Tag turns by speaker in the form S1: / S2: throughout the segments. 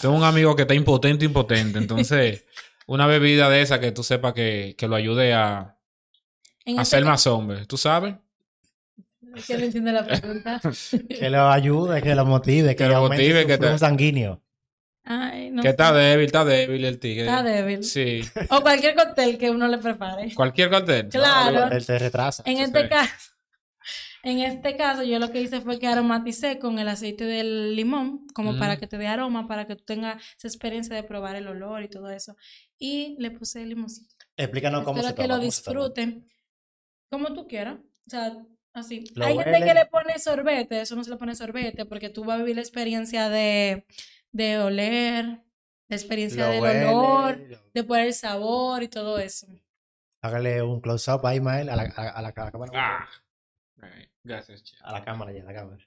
S1: Tengo un amigo que está impotente, impotente. Entonces, una bebida de esa que tú sepas que, que lo ayude a,
S2: En
S1: a
S2: este
S1: ser más hombre. ¿Tú sabes?
S2: caso, es que no entiendo la pregunta.
S3: Que lo ayude, que lo motive, que,
S1: Que
S3: le
S1: lo
S3: aumente
S1: motive,
S3: su
S1: que te-
S3: flujo sanguíneo.
S2: Ay, no.
S1: Que está débil, está débil el tigre.
S2: Está débil.
S1: Sí.
S2: O cualquier cóctel que uno le prepare.
S1: Cualquier cartel.
S2: Claro.
S3: Él te retrasa.
S2: En
S1: Sí,
S2: este
S1: sí.
S2: caso, en este caso, yo lo que hice fue que aromaticé con el aceite del limón, como
S1: Mm.
S2: para que te dé aroma, para que tú tengas esa experiencia de probar el olor y todo eso. Y le puse el limoncito.
S3: Explícanos cómo
S2: Espero
S3: se
S2: que
S3: toma,
S2: lo
S3: cómo se toma.
S2: disfruten como tú quieras. O sea, así.
S3: Lo
S2: Hay gente
S3: huelen.
S2: que le pone sorbete, eso no se le pone sorbete, porque tú vas a vivir la experiencia de, de oler, la experiencia
S3: Lo
S2: del
S3: huele,
S2: olor,
S3: lo-
S2: de poner el sabor y todo eso.
S3: Hágale un close-up ahí, Mael, a la, a, a la, a la cámara.
S1: Ah. Ay, Gracias, che.
S3: A la cámara ya, a la cámara.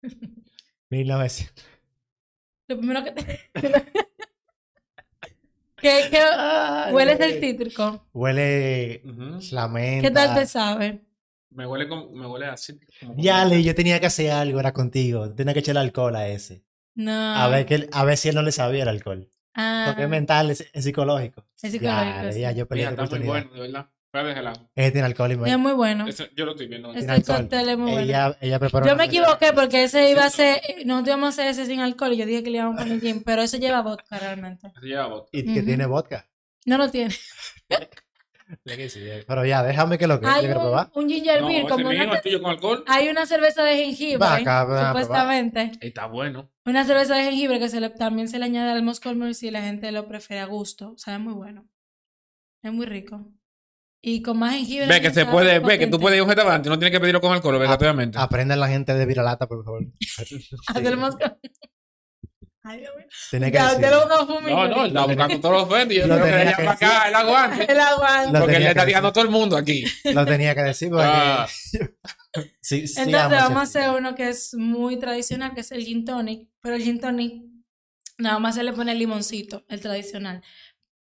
S3: 1900.
S2: Lo primero que te... ¿Qué, qué hueles el cítrico?
S3: Huele
S1: Ujú.
S3: la menta.
S2: ¿Qué tal te sabe?
S1: Me huele como, me huele así. como-
S3: Ya, le, yo tenía que hacer algo, era contigo. Tenía que echarle alcohol a ese.
S2: No.
S3: A ver, que, él- a ver si él no le sabía el alcohol.
S2: Ah,
S3: Porque es mental, es, es psicológico.
S2: es
S3: Ya,
S2: psicológico, sí.
S3: ya, yo perdí
S1: Mira,
S3: la
S1: está muy
S3: oportunidad.
S1: bueno, de verdad. Voy a dejarla.
S3: Ese tiene alcohol y
S2: Es
S3: Mael.
S2: muy bueno.
S1: Eso, yo lo estoy viendo.
S2: Ah. Es-
S3: Tiene
S2: Este
S3: alcohol.
S2: cóctel es muy bueno.
S3: Ella, ella preparó
S2: Yo
S3: una
S2: me
S3: receta.
S2: equivoqué porque ese
S1: Sí,
S2: iba a
S1: sí.
S2: ser, no íbamos a hacer ese sin alcohol y yo dije que le íbamos a poner gin, pero ese lleva vodka realmente.
S1: Eso lleva bot.
S3: Y que
S2: Ujú.
S3: tiene vodka.
S2: No lo tiene.
S3: Pero ya, déjame que lo que yo
S2: Hay
S3: quiero
S2: un,
S3: probar.
S2: un ginger beer,
S1: ese
S2: como
S1: mío,
S2: una, Ah.
S1: el tuyo con alcohol.
S2: hay una cerveza de jengibre,
S3: Va, cabrón,
S2: supuestamente.
S1: Está bueno.
S2: Una cerveza de jengibre que se le, también se le añade al Moscow Mule si la gente lo prefiere a gusto. Sabe muy bueno. Es muy rico. Y con más jengibre.
S1: Ve que se
S2: sabe
S1: puede,
S2: potente.
S1: ve que tú puedes ir a un restaurante, no tienes que pedirlo con alcohol
S3: Ah.
S1: obligatoriamente.
S3: Aprendan la gente de Viralata, por favor. Sí,
S2: Hacer Moscow- Ay, Dios mío.
S3: Tenía que
S2: Ya, usted lo
S3: decirlo.
S2: no
S1: No,
S2: fumigó.
S1: no, él está buscando todos los vendis. Yo
S3: Lo
S1: creo que
S3: tenía
S1: ella
S3: que
S1: para acá, él aguante.
S2: El agua.
S3: Lo
S1: Porque él
S3: tenía
S1: le está
S3: que
S1: tirando a todo el mundo aquí.
S3: Lo tenía que decir. porque-
S1: Ah.
S3: Sí, sí,
S2: Entonces
S3: amo ese
S2: vamos a hacer
S3: tipo.
S2: uno que es muy tradicional, que es el gin tonic, pero el gin tonic nada más se le pone el limoncito, el tradicional.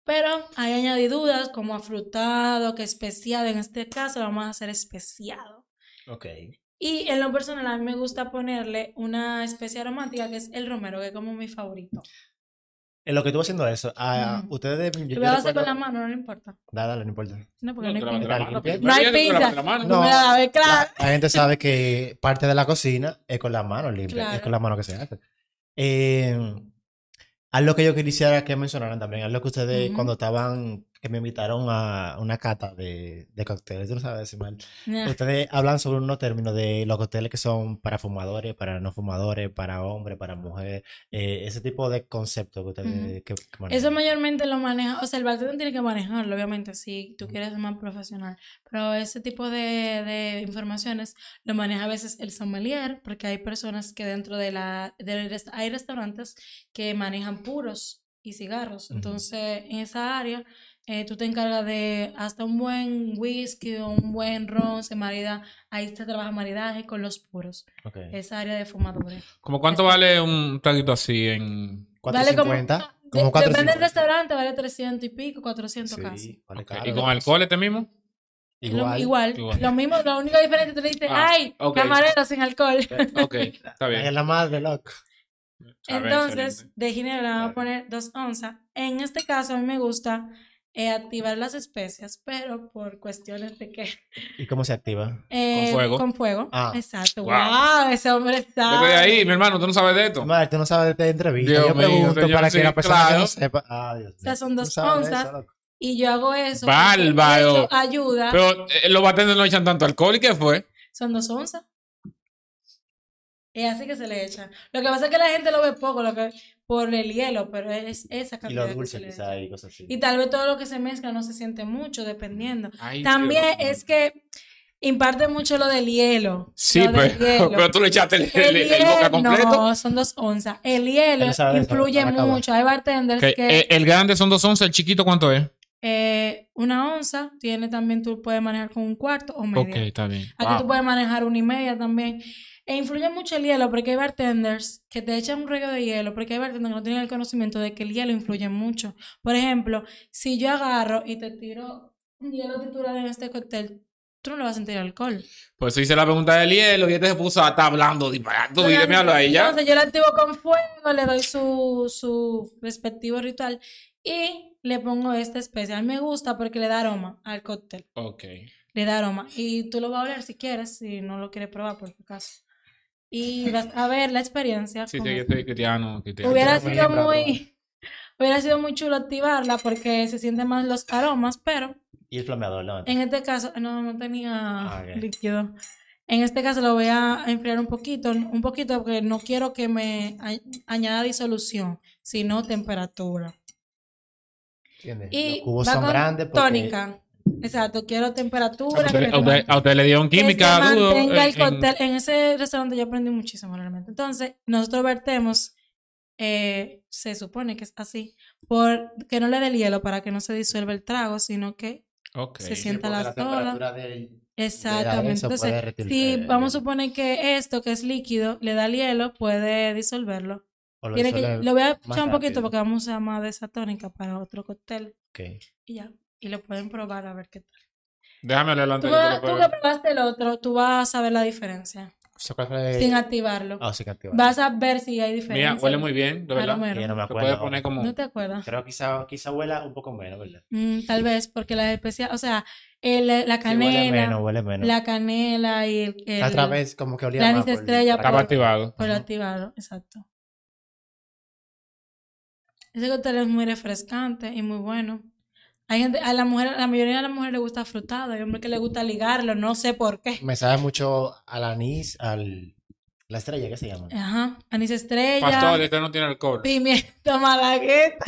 S2: Pero hay añadiduras como afrutado, que especiado, en este caso vamos a hacer especiado.
S3: Ok.
S2: Y en lo personal a mí me gusta ponerle una especie aromática que es el romero, que es como mi favorito.
S3: En lo que estuvo haciendo eso, a
S2: Ujú.
S3: ustedes. Yo,
S2: Lo
S3: yo
S2: voy a hacer
S3: recuerdo-
S2: con la mano, no le importa.
S3: Dale, dale, no importa.
S2: No, porque
S1: No, te
S2: no, hay
S1: lavaste
S2: pinza.
S1: la pues. mano. primero.
S3: pinta.
S2: No
S1: Bien, tú
S2: hay
S1: te lavaste la
S2: pinza.
S1: mano.
S2: No me la lavas, claro.
S3: La, la gente sabe que parte de la cocina es con las manos limpias, es
S2: Claro.
S3: con las manos que se hace. Eh, algo que yo quisiera que mencionaran también, algo que ustedes
S2: Ujú.
S3: cuando estaban, que me invitaron a una cata de, de cócteles, yo no sabía decir mal.
S2: Nah.
S3: Ustedes hablan sobre unos términos de los cócteles que son para fumadores, para no fumadores, para hombres, para mujeres, eh, ese tipo de conceptos que ustedes que- que
S2: Eso
S3: manejan.
S2: mayormente lo maneja, o sea, el bartender tiene que manejarlo, obviamente, si tú quieres ser más profesional. Pero ese tipo de, de informaciones lo maneja a veces el sommelier, porque hay personas que dentro de la... del rest- hay restaurantes que manejan puros y cigarros.
S3: Ujú.
S2: Entonces, en esa área, eh, tú te encargas de hasta un buen whisky o un buen ron, se marida, ahí se trabaja maridaje con los puros.
S3: Ok.
S2: Esa área de fumadores.
S1: ¿Como cuánto vale un traguito así en...?
S2: Vale como-
S3: 450,
S2: de-
S3: como
S2: Depende del
S3: 450.
S2: restaurante, vale 300 y pico, 400 casi.
S3: Sí, vale
S1: Ok,
S3: caro.
S1: ¿Y con alcohol este mismo?
S2: Lo-
S3: Igual.
S2: igual.
S1: igual.
S2: Lo mismo, lo único diferente, tú le dices,
S1: Ah,
S2: ay,
S1: ok.
S2: camarero sin alcohol.
S1: Ok, está
S3: Es
S1: bien.
S3: la madre, loco.
S1: A ver,
S2: Entonces,
S1: excelente.
S2: de ginebra vamos a
S3: Claro.
S2: poner dos onzas. En este caso, a mí me gusta eh, activar las especias, pero por cuestiones de que...
S3: ¿Y cómo se activa?
S2: eh,
S1: fuego.
S2: Con fuego.
S3: Ah.
S2: Exacto.
S1: Guau.
S2: Wow. ese hombre está...
S1: Vete de ahí, mi hermano, tú no sabes de esto.
S3: Madre, tú no sabes de entrevista.
S1: Dios
S3: yo
S1: mío,
S3: pregunto
S1: señor,
S3: para
S1: sí,
S3: que la persona que
S1: claro.
S3: no sepa. Ah, Dios mío.
S2: sea, son
S3: Tú
S2: dos
S3: sabes
S2: onzas.
S3: eso, loco.
S2: Y yo hago eso. porque
S1: Bárbaro.
S2: eso ayuda.
S1: Pero eh, los bartenders no echan tanto alcohol, ¿y qué fue?
S2: Son dos onzas. Es así que se le echa. Lo que pasa es que la gente lo ve poco lo que, por el hielo, pero es esa
S3: Y
S2: cantidad.
S3: lo
S2: que
S3: dulce,
S2: se le
S3: quizá,
S2: echa.
S3: y cosas así.
S2: Y tal vez todo lo que se mezcla no se siente mucho, dependiendo.
S1: Ay,
S2: También
S1: Dios mío.
S2: es que imparte mucho lo del hielo.
S1: Sí,
S2: lo del
S1: pero,
S2: hielo.
S1: pero tú le echaste el,
S2: El,
S1: el- el boca
S2: hielo,
S1: completo.
S2: no, son dos onzas. El hielo
S3: Él sabe eso,
S2: influye
S3: para acabar.
S2: mucho. Hay bartenders
S1: Ok,
S2: que
S1: eh, el grande son dos onzas, el chiquito cuánto es.
S2: eh, una onza tiene también, tú puedes manejar con un cuarto o media.
S1: Ok, está bien.
S2: Aquí
S1: Wow.
S2: Ah, tú puedes manejar una y media también. E influye mucho el hielo, porque hay bartenders que te echan un rego de hielo, porque hay bartenders que no tienen el conocimiento de que el hielo influye mucho. Por ejemplo, si yo agarro y te tiro un hielo triturado en este cóctel, tú no le vas a sentir alcohol.
S1: Por eso hice la pregunta de hielo y este se puso a estar hablando, disparando, y me habla ella.
S2: Entonces yo la activo con fuego, le doy su, su respectivo ritual y le pongo esta especie. A mí me gusta porque le da aroma al cóctel.
S1: Ok.
S2: Le da aroma. Y tú lo vas a oler si quieres, si no lo quieres probar, por tu caso. Y vas a ver la experiencia.
S1: Sí,
S2: como-
S1: sí, yo soy cristiano. cristiano.
S2: hubiera
S1: Cristiano,
S2: sido
S1: bravo.
S2: muy hubiera sido muy chulo activarla porque se sienten más los aromas, pero
S3: Y el flameador, ¿no?
S2: en este caso no no tenía
S3: Ah, ok.
S2: líquido. En este caso lo voy a enfriar un poquito, un poquito porque no quiero que me a- añada disolución, sino temperatura.
S3: ¿Entiendes?
S2: Y
S3: Los cubos
S2: va
S3: son
S2: con
S3: grandes porque...
S2: tónica. Exacto, quiero temperatura.
S1: A usted,
S2: que
S1: a usted- a usted le dieron
S2: que se
S1: química, dudo. eh,
S2: mantenga
S1: en-
S2: el cóctel. En... ese restaurante yo aprendí muchísimo realmente. Entonces, nosotros vertemos, eh, se supone que es así, por que no le dé el hielo para que no se disuelva el trago, sino que
S1: en- ok.
S3: Sí,
S2: se sienta las
S3: porque la
S2: todas.
S3: temperatura del-
S2: exactamente.
S3: eso puede eh,
S2: Entonces,
S3: derretir
S2: si
S3: el-
S2: vamos a suponer que esto que es líquido le da el hielo, puede disolverlo.
S3: o lo
S2: Tiene que-
S3: disuelve-
S2: lo voy a
S3: más
S2: echar un poquito
S3: rápido.
S2: porque vamos a usar más de esa tónica para otro cóctel
S3: Ok.
S2: y ya. Y lo pueden probar a ver qué tal.
S1: Déjame leerlo
S2: Tú,
S1: antes que tú lo
S2: vas- tú que
S1: pruebes.
S2: probaste el otro, tú vas a ver la diferencia
S3: ¿Eso cuál fue?
S2: sin activarlo.
S3: Ah, sí que activa.
S2: Vas a ver si hay diferencia.
S1: Mira, huele muy bien, de
S2: Claro,
S1: verdad.
S2: bueno.
S3: Yo no me
S1: Se
S3: acuerdo.
S1: puede poner como.
S2: No te acuerdas.
S3: Creo que quizá, quizá huela un poco menos, ¿verdad?
S2: Mm, tal vez porque la especia, o sea, el- la
S3: Sí, huele menos,
S2: canela,
S3: huele menos.
S2: la canela y el, el-
S3: La otra vez como que olía
S2: la
S3: más
S2: anís
S3: por-
S2: estrella
S3: por
S1: Estaba
S3: acá.
S1: activado.
S2: por
S3: Ajá.
S2: activarlo, exacto. Ese cóctel es muy refrescante y muy bueno. Hay gente, a la mujer, a la mayoría de las mujeres le gusta frutado, hay hombres que le gusta ligarlo, no sé por qué.
S3: Me sabe mucho al anís, al... La estrella, ¿qué se llama?
S2: Ajá, anís estrella,
S1: Pastor, este no tiene alcohol.
S2: pimienta malagueta.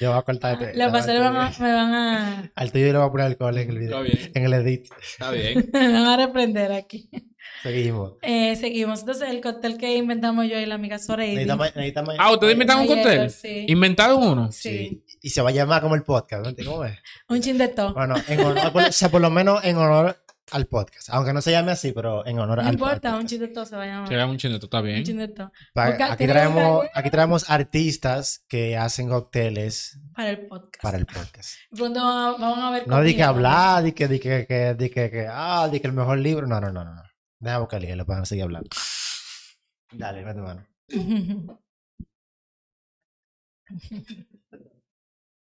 S3: Yo voy a cortar este.
S2: Los pastores van
S3: al,
S2: a-
S3: tuyo.
S2: me van a
S3: Al tuyo yo le voy a poner alcohol en el
S1: Está
S3: video.
S1: bien,
S3: En el edit.
S1: está bien.
S2: me van a reprender aquí.
S3: Seguimos.
S2: Eh, seguimos. Entonces, el cóctel que inventamos yo y la amiga Soreidi.
S3: Necesitamos... necesitamos
S1: Ah, ¿ustedes inventaron un
S2: Ayer,
S1: cóctel?
S2: sí.
S1: ¿Inventaron uno?
S2: Sí.
S3: Sí. Y se va a llamar como el podcast, ¿no? ¿Cómo es?
S2: Un chin de todo.
S3: Bueno, en honor, por- o sea, por lo menos en honor al podcast. Aunque no se llame así, pero en honor
S2: No
S3: al
S2: importa, un
S3: podcast.
S2: chin de todo se va a llamar.
S1: Será un chineto, está
S2: Un
S1: bien.
S2: chin de todo.
S3: Pa-
S2: Porque
S3: aquí,
S2: tiene
S3: traemos,
S2: que-
S3: aquí traemos artistas que hacen cócteles
S2: Para el podcast.
S3: para el podcast.
S2: Pronto vamos a, vamos a ver.
S3: No di que
S2: comida.
S3: hablar, di que, di que, que- di que, que, ah, di que el mejor libro. No, no, no, no. no. Deja buscar el hielo para seguir hablando. Dale, mete mano.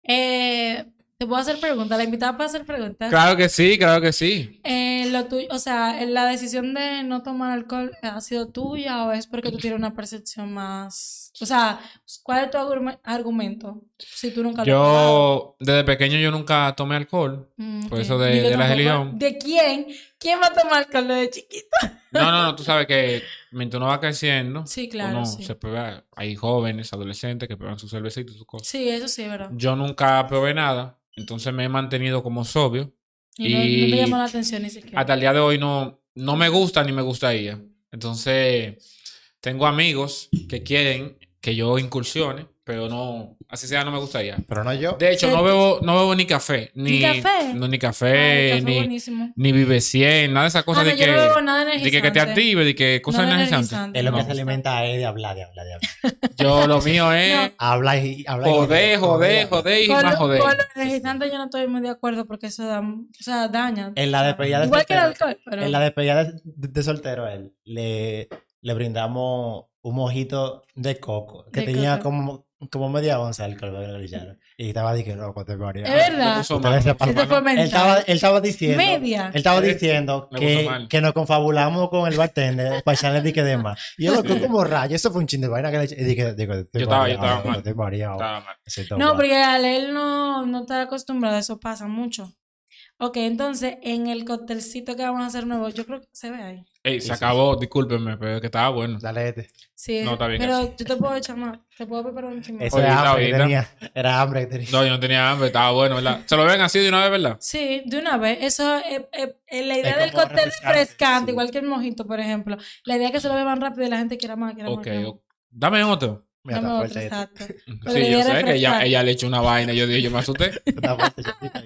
S2: eh, te puedo hacer preguntas. La invitada para hacer preguntas.
S1: Claro que sí, claro que sí.
S2: Eh, lo tuyo, o sea, la decisión de no tomar alcohol ha sido tuya o es porque tú tienes una percepción más, o sea, ¿cuál es tu argume- argumento? Si tú nunca lo has probado.
S1: Yo, desde pequeño, yo nunca tomé alcohol.
S2: Mm,
S1: por
S2: ok.
S1: eso de-
S2: Y yo
S1: de la
S2: tampoco-
S1: religión.
S2: ¿De quién? ¿Quién va a tomar alcohol de chiquito?
S1: No, no, no, tú sabes que mientras uno va creciendo,
S2: Sí, claro,
S1: uno
S2: sí.
S1: se prueba. Hay jóvenes, adolescentes que prueban su cervecita y sus cosas.
S2: Sí, eso sí, es verdad.
S1: Yo nunca probé nada, entonces me he mantenido como sobrio.
S2: Y, no- No,
S1: Y- Ah,
S2: te llama la atención ni siquiera.
S1: Hasta el día de hoy no, no me gusta ni me gustaría. Entonces, tengo amigos que quieren que yo incursione, pero no, así sea, no me gustaría.
S3: Pero no yo.
S1: De hecho,
S2: Eh,
S1: no bebo, no bebo ni café. Ni,
S2: ¿Ni café?
S1: No, ni
S2: Ay,
S1: café,
S2: el café
S1: ni,
S2: buenísimo.
S1: ni vive 100, nada de esas cosas
S2: Ah,
S1: de
S2: no,
S1: que.
S2: yo no bebo nada
S1: de que, que te
S2: energizante.
S1: active, de que cosas
S2: Nada
S1: energizantes.
S2: energizante.
S3: Es lo
S1: No.
S3: que se alimenta es de hablar, de hablar, de hablar.
S1: Yo lo mío es
S3: Habla y habla. y-
S1: joder, joder,
S3: habla.
S1: joder y
S2: Con,
S1: más
S2: con
S1: joder.
S2: los energizantes yo no estoy muy de acuerdo porque eso da, o sea, daña.
S3: En la despedida de
S2: Igual que el
S3: soltero-
S2: alcohol, pero...
S3: En la despedida de, de soltero, a él, le, le brindamos un mojito de coco que
S2: De
S3: tenía
S2: coco.
S3: como, como media onza de alcohol. ¿verdad, Guillermo? Y estaba diciendo, loco, te moría.
S2: Es verdad.
S1: Me puso mal,
S3: Ustedes
S1: me
S3: sepan.
S1: puso
S2: Eso
S1: mal.
S2: fue
S3: Él
S2: mental.
S3: estaba, él estaba diciendo.
S2: Media.
S3: Él estaba
S1: Sí,
S3: diciendo
S1: me puso
S3: que,
S1: mal.
S3: que nos confabulamos con el bartender para echarle dique de más. Y yo loco,
S1: Sí.
S3: como rayo, eso fue un chin de vaina que le eché. Y dije, digo, estoy
S1: Yo estaba- yo
S3: mareado,
S1: estaba
S3: loco,
S1: mal.
S3: estoy mareado.
S1: Estaba mal.
S3: Me siento
S2: No,
S3: mal.
S2: porque al él no, no está acostumbrado, eso pasa mucho. Ok, entonces en el cóctelcito que vamos a hacer nuevo, yo creo que se ve ahí.
S1: Ey, se
S3: Sí, sí.
S1: acabó, discúlpenme, pero es que estaba bueno.
S3: Dale este.
S2: Sí,
S1: No, está bien,
S2: pero yo te puedo echar más, te puedo preparar un chimón.
S3: Eso
S1: Oye,
S3: era
S1: está
S3: hambre que
S1: ahorita.
S3: tenía. Era hambre que tenía.
S1: No, yo no tenía hambre, estaba bueno, ¿verdad? Se lo ven así de una vez, ¿verdad?
S2: Sí, de una vez, eso es, es- es la idea del
S3: como
S2: cóctel
S3: refrescante,
S2: refrescante,
S3: sí.
S2: igual que el mojito, por ejemplo. La idea es que se lo beban rápido y la gente quiera más, quiera más.
S1: Ok,
S2: quiera más.
S1: o- dame otro.
S3: Mira,
S2: Dame
S3: está
S2: otro,
S3: fuerte este.
S2: exacto. Pero la
S1: Sí,
S2: idea
S1: yo
S2: es
S1: sé que ella,
S2: refrescar.
S1: ella le echó una vaina. Yo dije, yo me asusté.
S3: Está fuerte, chiquita.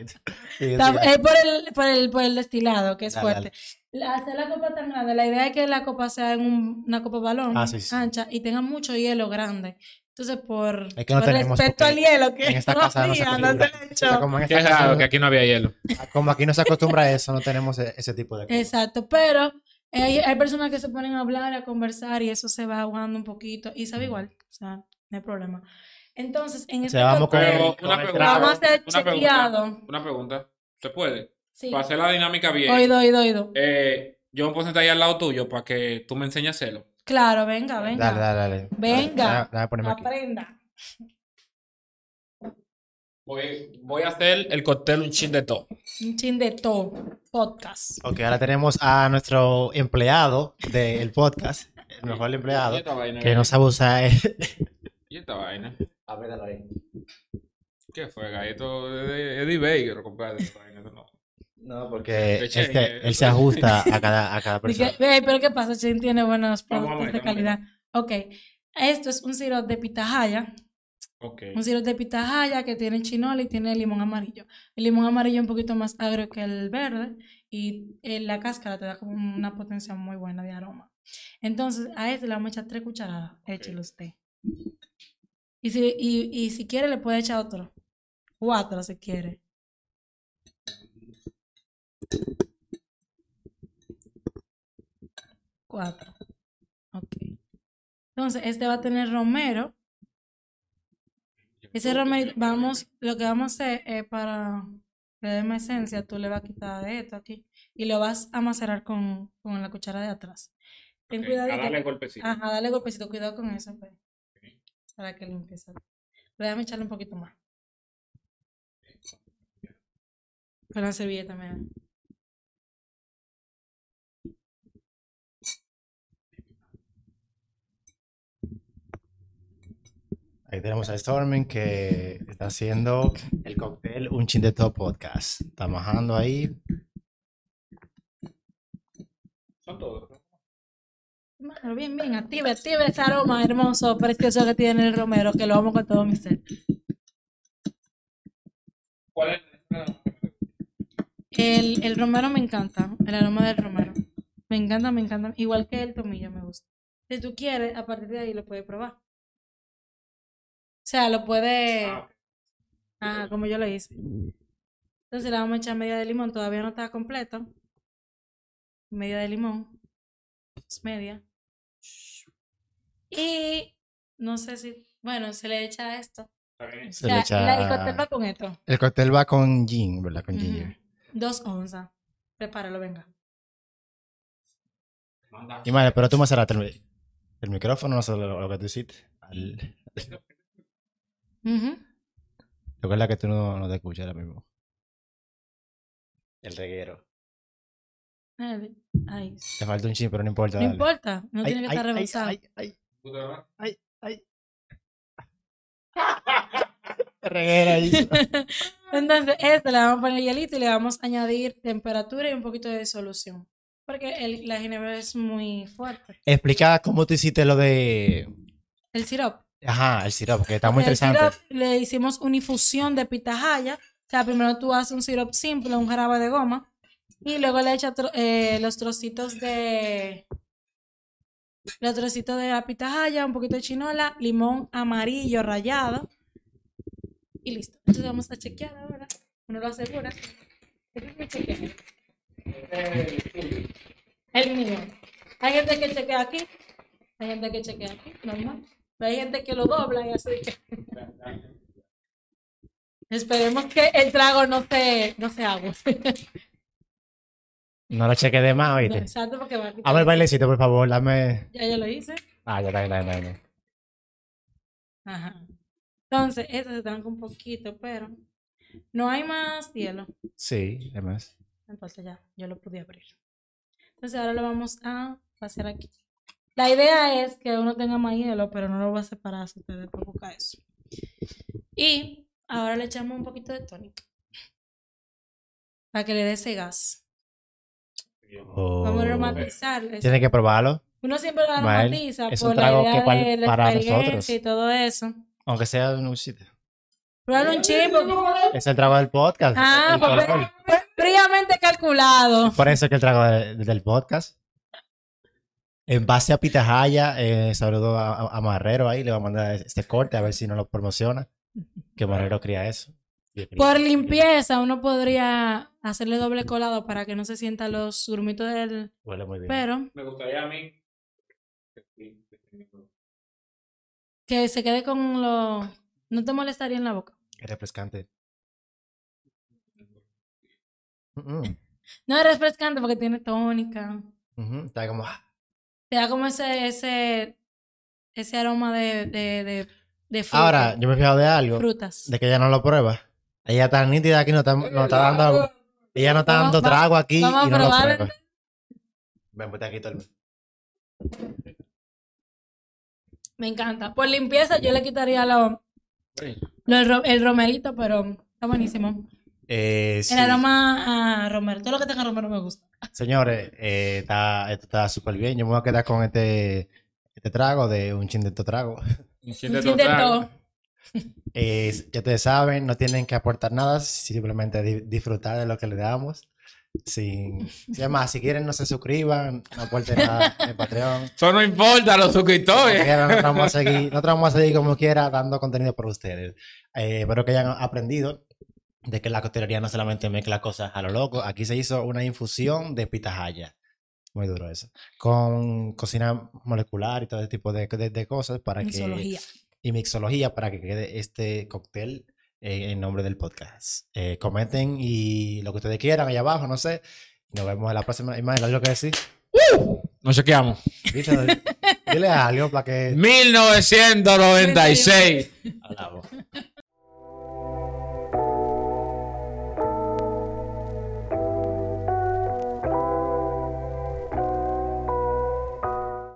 S3: Sigue,
S2: Está-
S3: sigue.
S2: es por el, por, el, por el destilado, que es
S3: Dale,
S2: fuerte. La- hacer la copa tan grande, la idea es que la copa sea en un- una copa balón
S3: Ah, sí, sí.
S2: ancha y tenga mucho hielo grande. Entonces, por,
S3: Es que no
S2: por
S3: tenemos,
S2: respecto al
S3: porque
S2: hielo, que
S3: en esta casa no se
S2: había,
S3: acostumbra.
S2: te lo
S3: O sea,
S2: echo.
S3: como, en esta
S1: Qué
S3: casa
S1: raro
S3: no-
S1: que aquí no había hielo.
S3: como aquí no se acostumbra a eso, no tenemos e- ese tipo de cosas.
S2: Exacto, pero hay, hay personas que se ponen a hablar, a conversar y eso se va aguando un poquito y sabe igual, o sea, no hay problema. Entonces, en
S3: Mm. O
S2: este
S3: sea, vamos con,
S1: Pero
S3: el- con
S1: una
S3: el
S1: pregunta.
S3: trago.
S2: vamos a hacer
S1: Una pregunta.
S2: chequeado.
S1: Una pregunta. ¿Se puede?
S2: Sí,
S1: Para hacer la dinámica bien.
S2: oído, oído, oído.
S1: eh, yo me puedo sentar ahí al lado tuyo para que tú me enseñes a hacerlo.
S2: Claro, venga, venga.
S3: Dale, dale, dale.
S2: Venga.
S3: Dale, dale, ponerme aquí.
S2: Aprenda.
S1: Voy, voy a hacer el cóctel un chin de todo.
S2: Un chin de todo. Podcast.
S3: Ok, ahora tenemos a nuestro empleado del podcast, el mejor
S1: ¿Y
S3: empleado,
S1: esta vaina?
S3: que no sabe usar.
S1: ¿Y esta vaina?
S3: A ver, dale ahí.
S1: ¿Qué fue, gallito? de- de Eddie Baker, compadre. esta vaina, no.
S3: No, porque
S1: Le
S3: es que
S1: chengue.
S3: él se ajusta a cada, a cada
S2: Dije,
S3: persona.
S2: "Ey, pero ¿qué pasa? Chin tiene buenos
S1: Vamos a ver,
S2: productos de
S1: vamos a ver.
S2: calidad. Ok. Esto es un sirope de pitahaya.
S1: Ok.
S2: Un sirope de pitahaya que tiene chinola y tiene limón amarillo. El limón amarillo es un poquito más agrio que el verde y eh, la cáscara te da como una potencia muy buena de aroma. Entonces, a este le vamos a echar tres cucharadas. Échelo usted. Y si, y, y si quiere, le puede echar otro. Cuatro si quiere. Cuatro. Ok. Entonces, este va a tener romero. Ese romero, vamos, lo que vamos a hacer es para que dé más esencia, tú le vas a quitar de esto aquí y lo vas a macerar con, con la cuchara de atrás. Ten
S1: Ok,
S2: cuidado.
S1: A darle golpecito.
S2: Ajá, dale golpecito, cuidado con eso, pues. Para que limpie eso. Pero déjame echarle un poquito más. Con la servilleta, mira.
S3: Ahí tenemos a Stormen que está haciendo el cóctel Un Chin de Todo Podcast. Está majando ahí.
S1: Son todos. ¿no?
S2: Mano, bien, bien, activa, activa ese aroma hermoso, precioso que tiene el romero, que lo amo con todo mi ser.
S1: ¿Cuál es? Ah,
S2: El, el romero me encanta, el aroma del romero. Me encanta, me encanta. Igual que el tomillo me gusta. Si tú quieres, a partir de ahí lo puedes probar. O sea, lo puedes...
S1: Ah,
S2: Ah, como yo lo hice. Entonces le vamos a echar media de limón, todavía no está completo. Media de limón. Es media. Y no sé si, bueno, se le echa esto.
S1: está bien.
S3: Se le
S2: O sea, la- el
S3: echa-
S2: cóctel va con esto.
S3: El cóctel va con gin, ¿verdad? Con ginger.
S2: Ujú. Dos onzas. Prepáralo, venga.
S1: Manda.
S3: Y madre, pero tú me cerraste el, el micrófono, no sé lo, lo que tú hiciste. Al-
S2: Ujú.
S3: Recuerda que tú no, no te escuchas ahora mismo. El reguero.
S2: Dale. Ay,
S3: Te falta un chin, pero no importa.
S2: No
S3: dale.
S2: importa, no
S3: Ay,
S2: tiene que
S3: ay,
S2: estar
S3: ay,
S2: rebosado.
S3: ay, ay,
S1: Puta madre.
S3: el reguero ahí.
S2: Entonces, este le vamos a poner hielito y le vamos a añadir temperatura y un poquito de solución. Porque el- la ginebra es muy fuerte.
S3: Explica cómo tú hiciste lo de.
S2: El sirope.
S3: Ajá, el sirope, que está muy
S2: El
S3: interesante.
S2: sirope le hicimos una infusión de pitahaya. O sea, primero tú haces un sirope simple, un jarabe de goma. Y luego le echas tro- eh, los trocitos de. Los trocitos de la pitahaya, un poquito de chinola, limón amarillo rallado. Y listo. Entonces vamos a chequear ahora. Uno lo asegura. Este es mi chequeo. El mío. Hay gente que chequea aquí. Hay gente que chequea aquí, normal. Pero hay gente que lo dobla y así que. Esperemos que el trago no se, no se ague.
S3: No lo cheque de más, oíste.
S2: Exacto, porque va a quitar-
S3: Hazme el bailecito, por favor, dame.
S2: Ya yo lo hice.
S3: Ah, ya está, ya está, ya está.
S2: Ajá. Entonces, esto se tranca un poquito, pero no hay más hielo.
S3: Sí, además.
S2: Entonces ya, yo lo pude abrir. Entonces ahora lo vamos a hacer aquí. La idea es que uno tenga más hielo, pero no lo voy a separar si ustedes provoca eso. Y ahora le echamos un poquito de tónica. Para que le dé ese gas.
S3: Oh.
S2: Vamos a aromatizar. eso.
S3: Tiene que probarlo,
S2: Uno siempre lo
S3: Mael,
S2: aromatiza
S3: es un
S2: por la
S3: trago
S2: idea
S3: que pal-
S2: de la
S3: para
S2: experiencia
S3: nosotros.
S2: y todo eso.
S3: aunque sea en un sitio.
S2: Pero un chimbo.
S3: Es el trago del podcast.
S2: Ah,
S3: el
S2: porque
S3: alcohol.
S2: fue fríamente calculado.
S3: Por eso es que el trago de- del podcast. En base a Pitahaya, eh, saludo a, a- a Marrero ahí, le va a mandar este corte a ver si no lo promociona. Que Marrero cría eso.
S2: Por limpieza, uno podría hacerle doble colado para que no se sientan los grumitos del.
S3: Huele muy bien.
S2: Pero
S1: Me gustaría a mí.
S2: que se quede con lo. No te molestaría en la boca.
S3: Es refrescante. Mm, mm,
S2: No es refrescante porque tiene tónica.
S3: ujú, Está como. ah,
S2: Te da como ese, ese, ese aroma de, de, de, de fruta,
S3: Ahora, yo me he fijado de algo,
S2: frutas.
S3: de que ella no lo prueba. Ella está nítida aquí, no está, no está dando. Ella no está
S2: Vamos-
S3: dando
S2: va-
S3: trago aquí y
S2: vamos a
S3: no lo
S2: probar.
S3: prueba. Ven, ponte aquí todo el-
S2: Me encanta. Por limpieza, yo le quitaría lo, lo- el, ro- el romerito, pero está buenísimo.
S3: Eh, sí.
S2: El aroma a romero. Todo lo que tenga romero me gusta.
S3: Señores, eh, está, esto está súper bien. Yo me voy a quedar con este, este trago de un chin de estos trago.
S2: Intento.
S3: Eh, ya ustedes saben, no tienen que aportar nada, simplemente di- disfrutar de lo que le damos. Sin, y además, si quieren, no se suscriban, no aporten nada en Patreon.
S1: Eso no importa a los
S3: Como
S1: suscriptores.
S3: quiera, nosotros vamos, a seguir, nosotros vamos a seguir como quiera dando contenido por ustedes. Eh, espero que hayan aprendido de que la costelería no solamente mezcla cosas a lo loco. Aquí se hizo una infusión de pitahaya. Muy duro eso. Con cocina molecular y todo ese tipo de, de- de cosas para que,
S2: Mixología.
S3: y mixología para que quede este cóctel eh, en nombre del podcast. Eh, comenten y lo que ustedes quieran allá abajo, no sé. Nos vemos en la próxima. Imagen, ¿algo que decir?
S1: Nos chequeamos.
S3: Dile- Dile algo para que...
S1: 1996.
S3: Hablamos.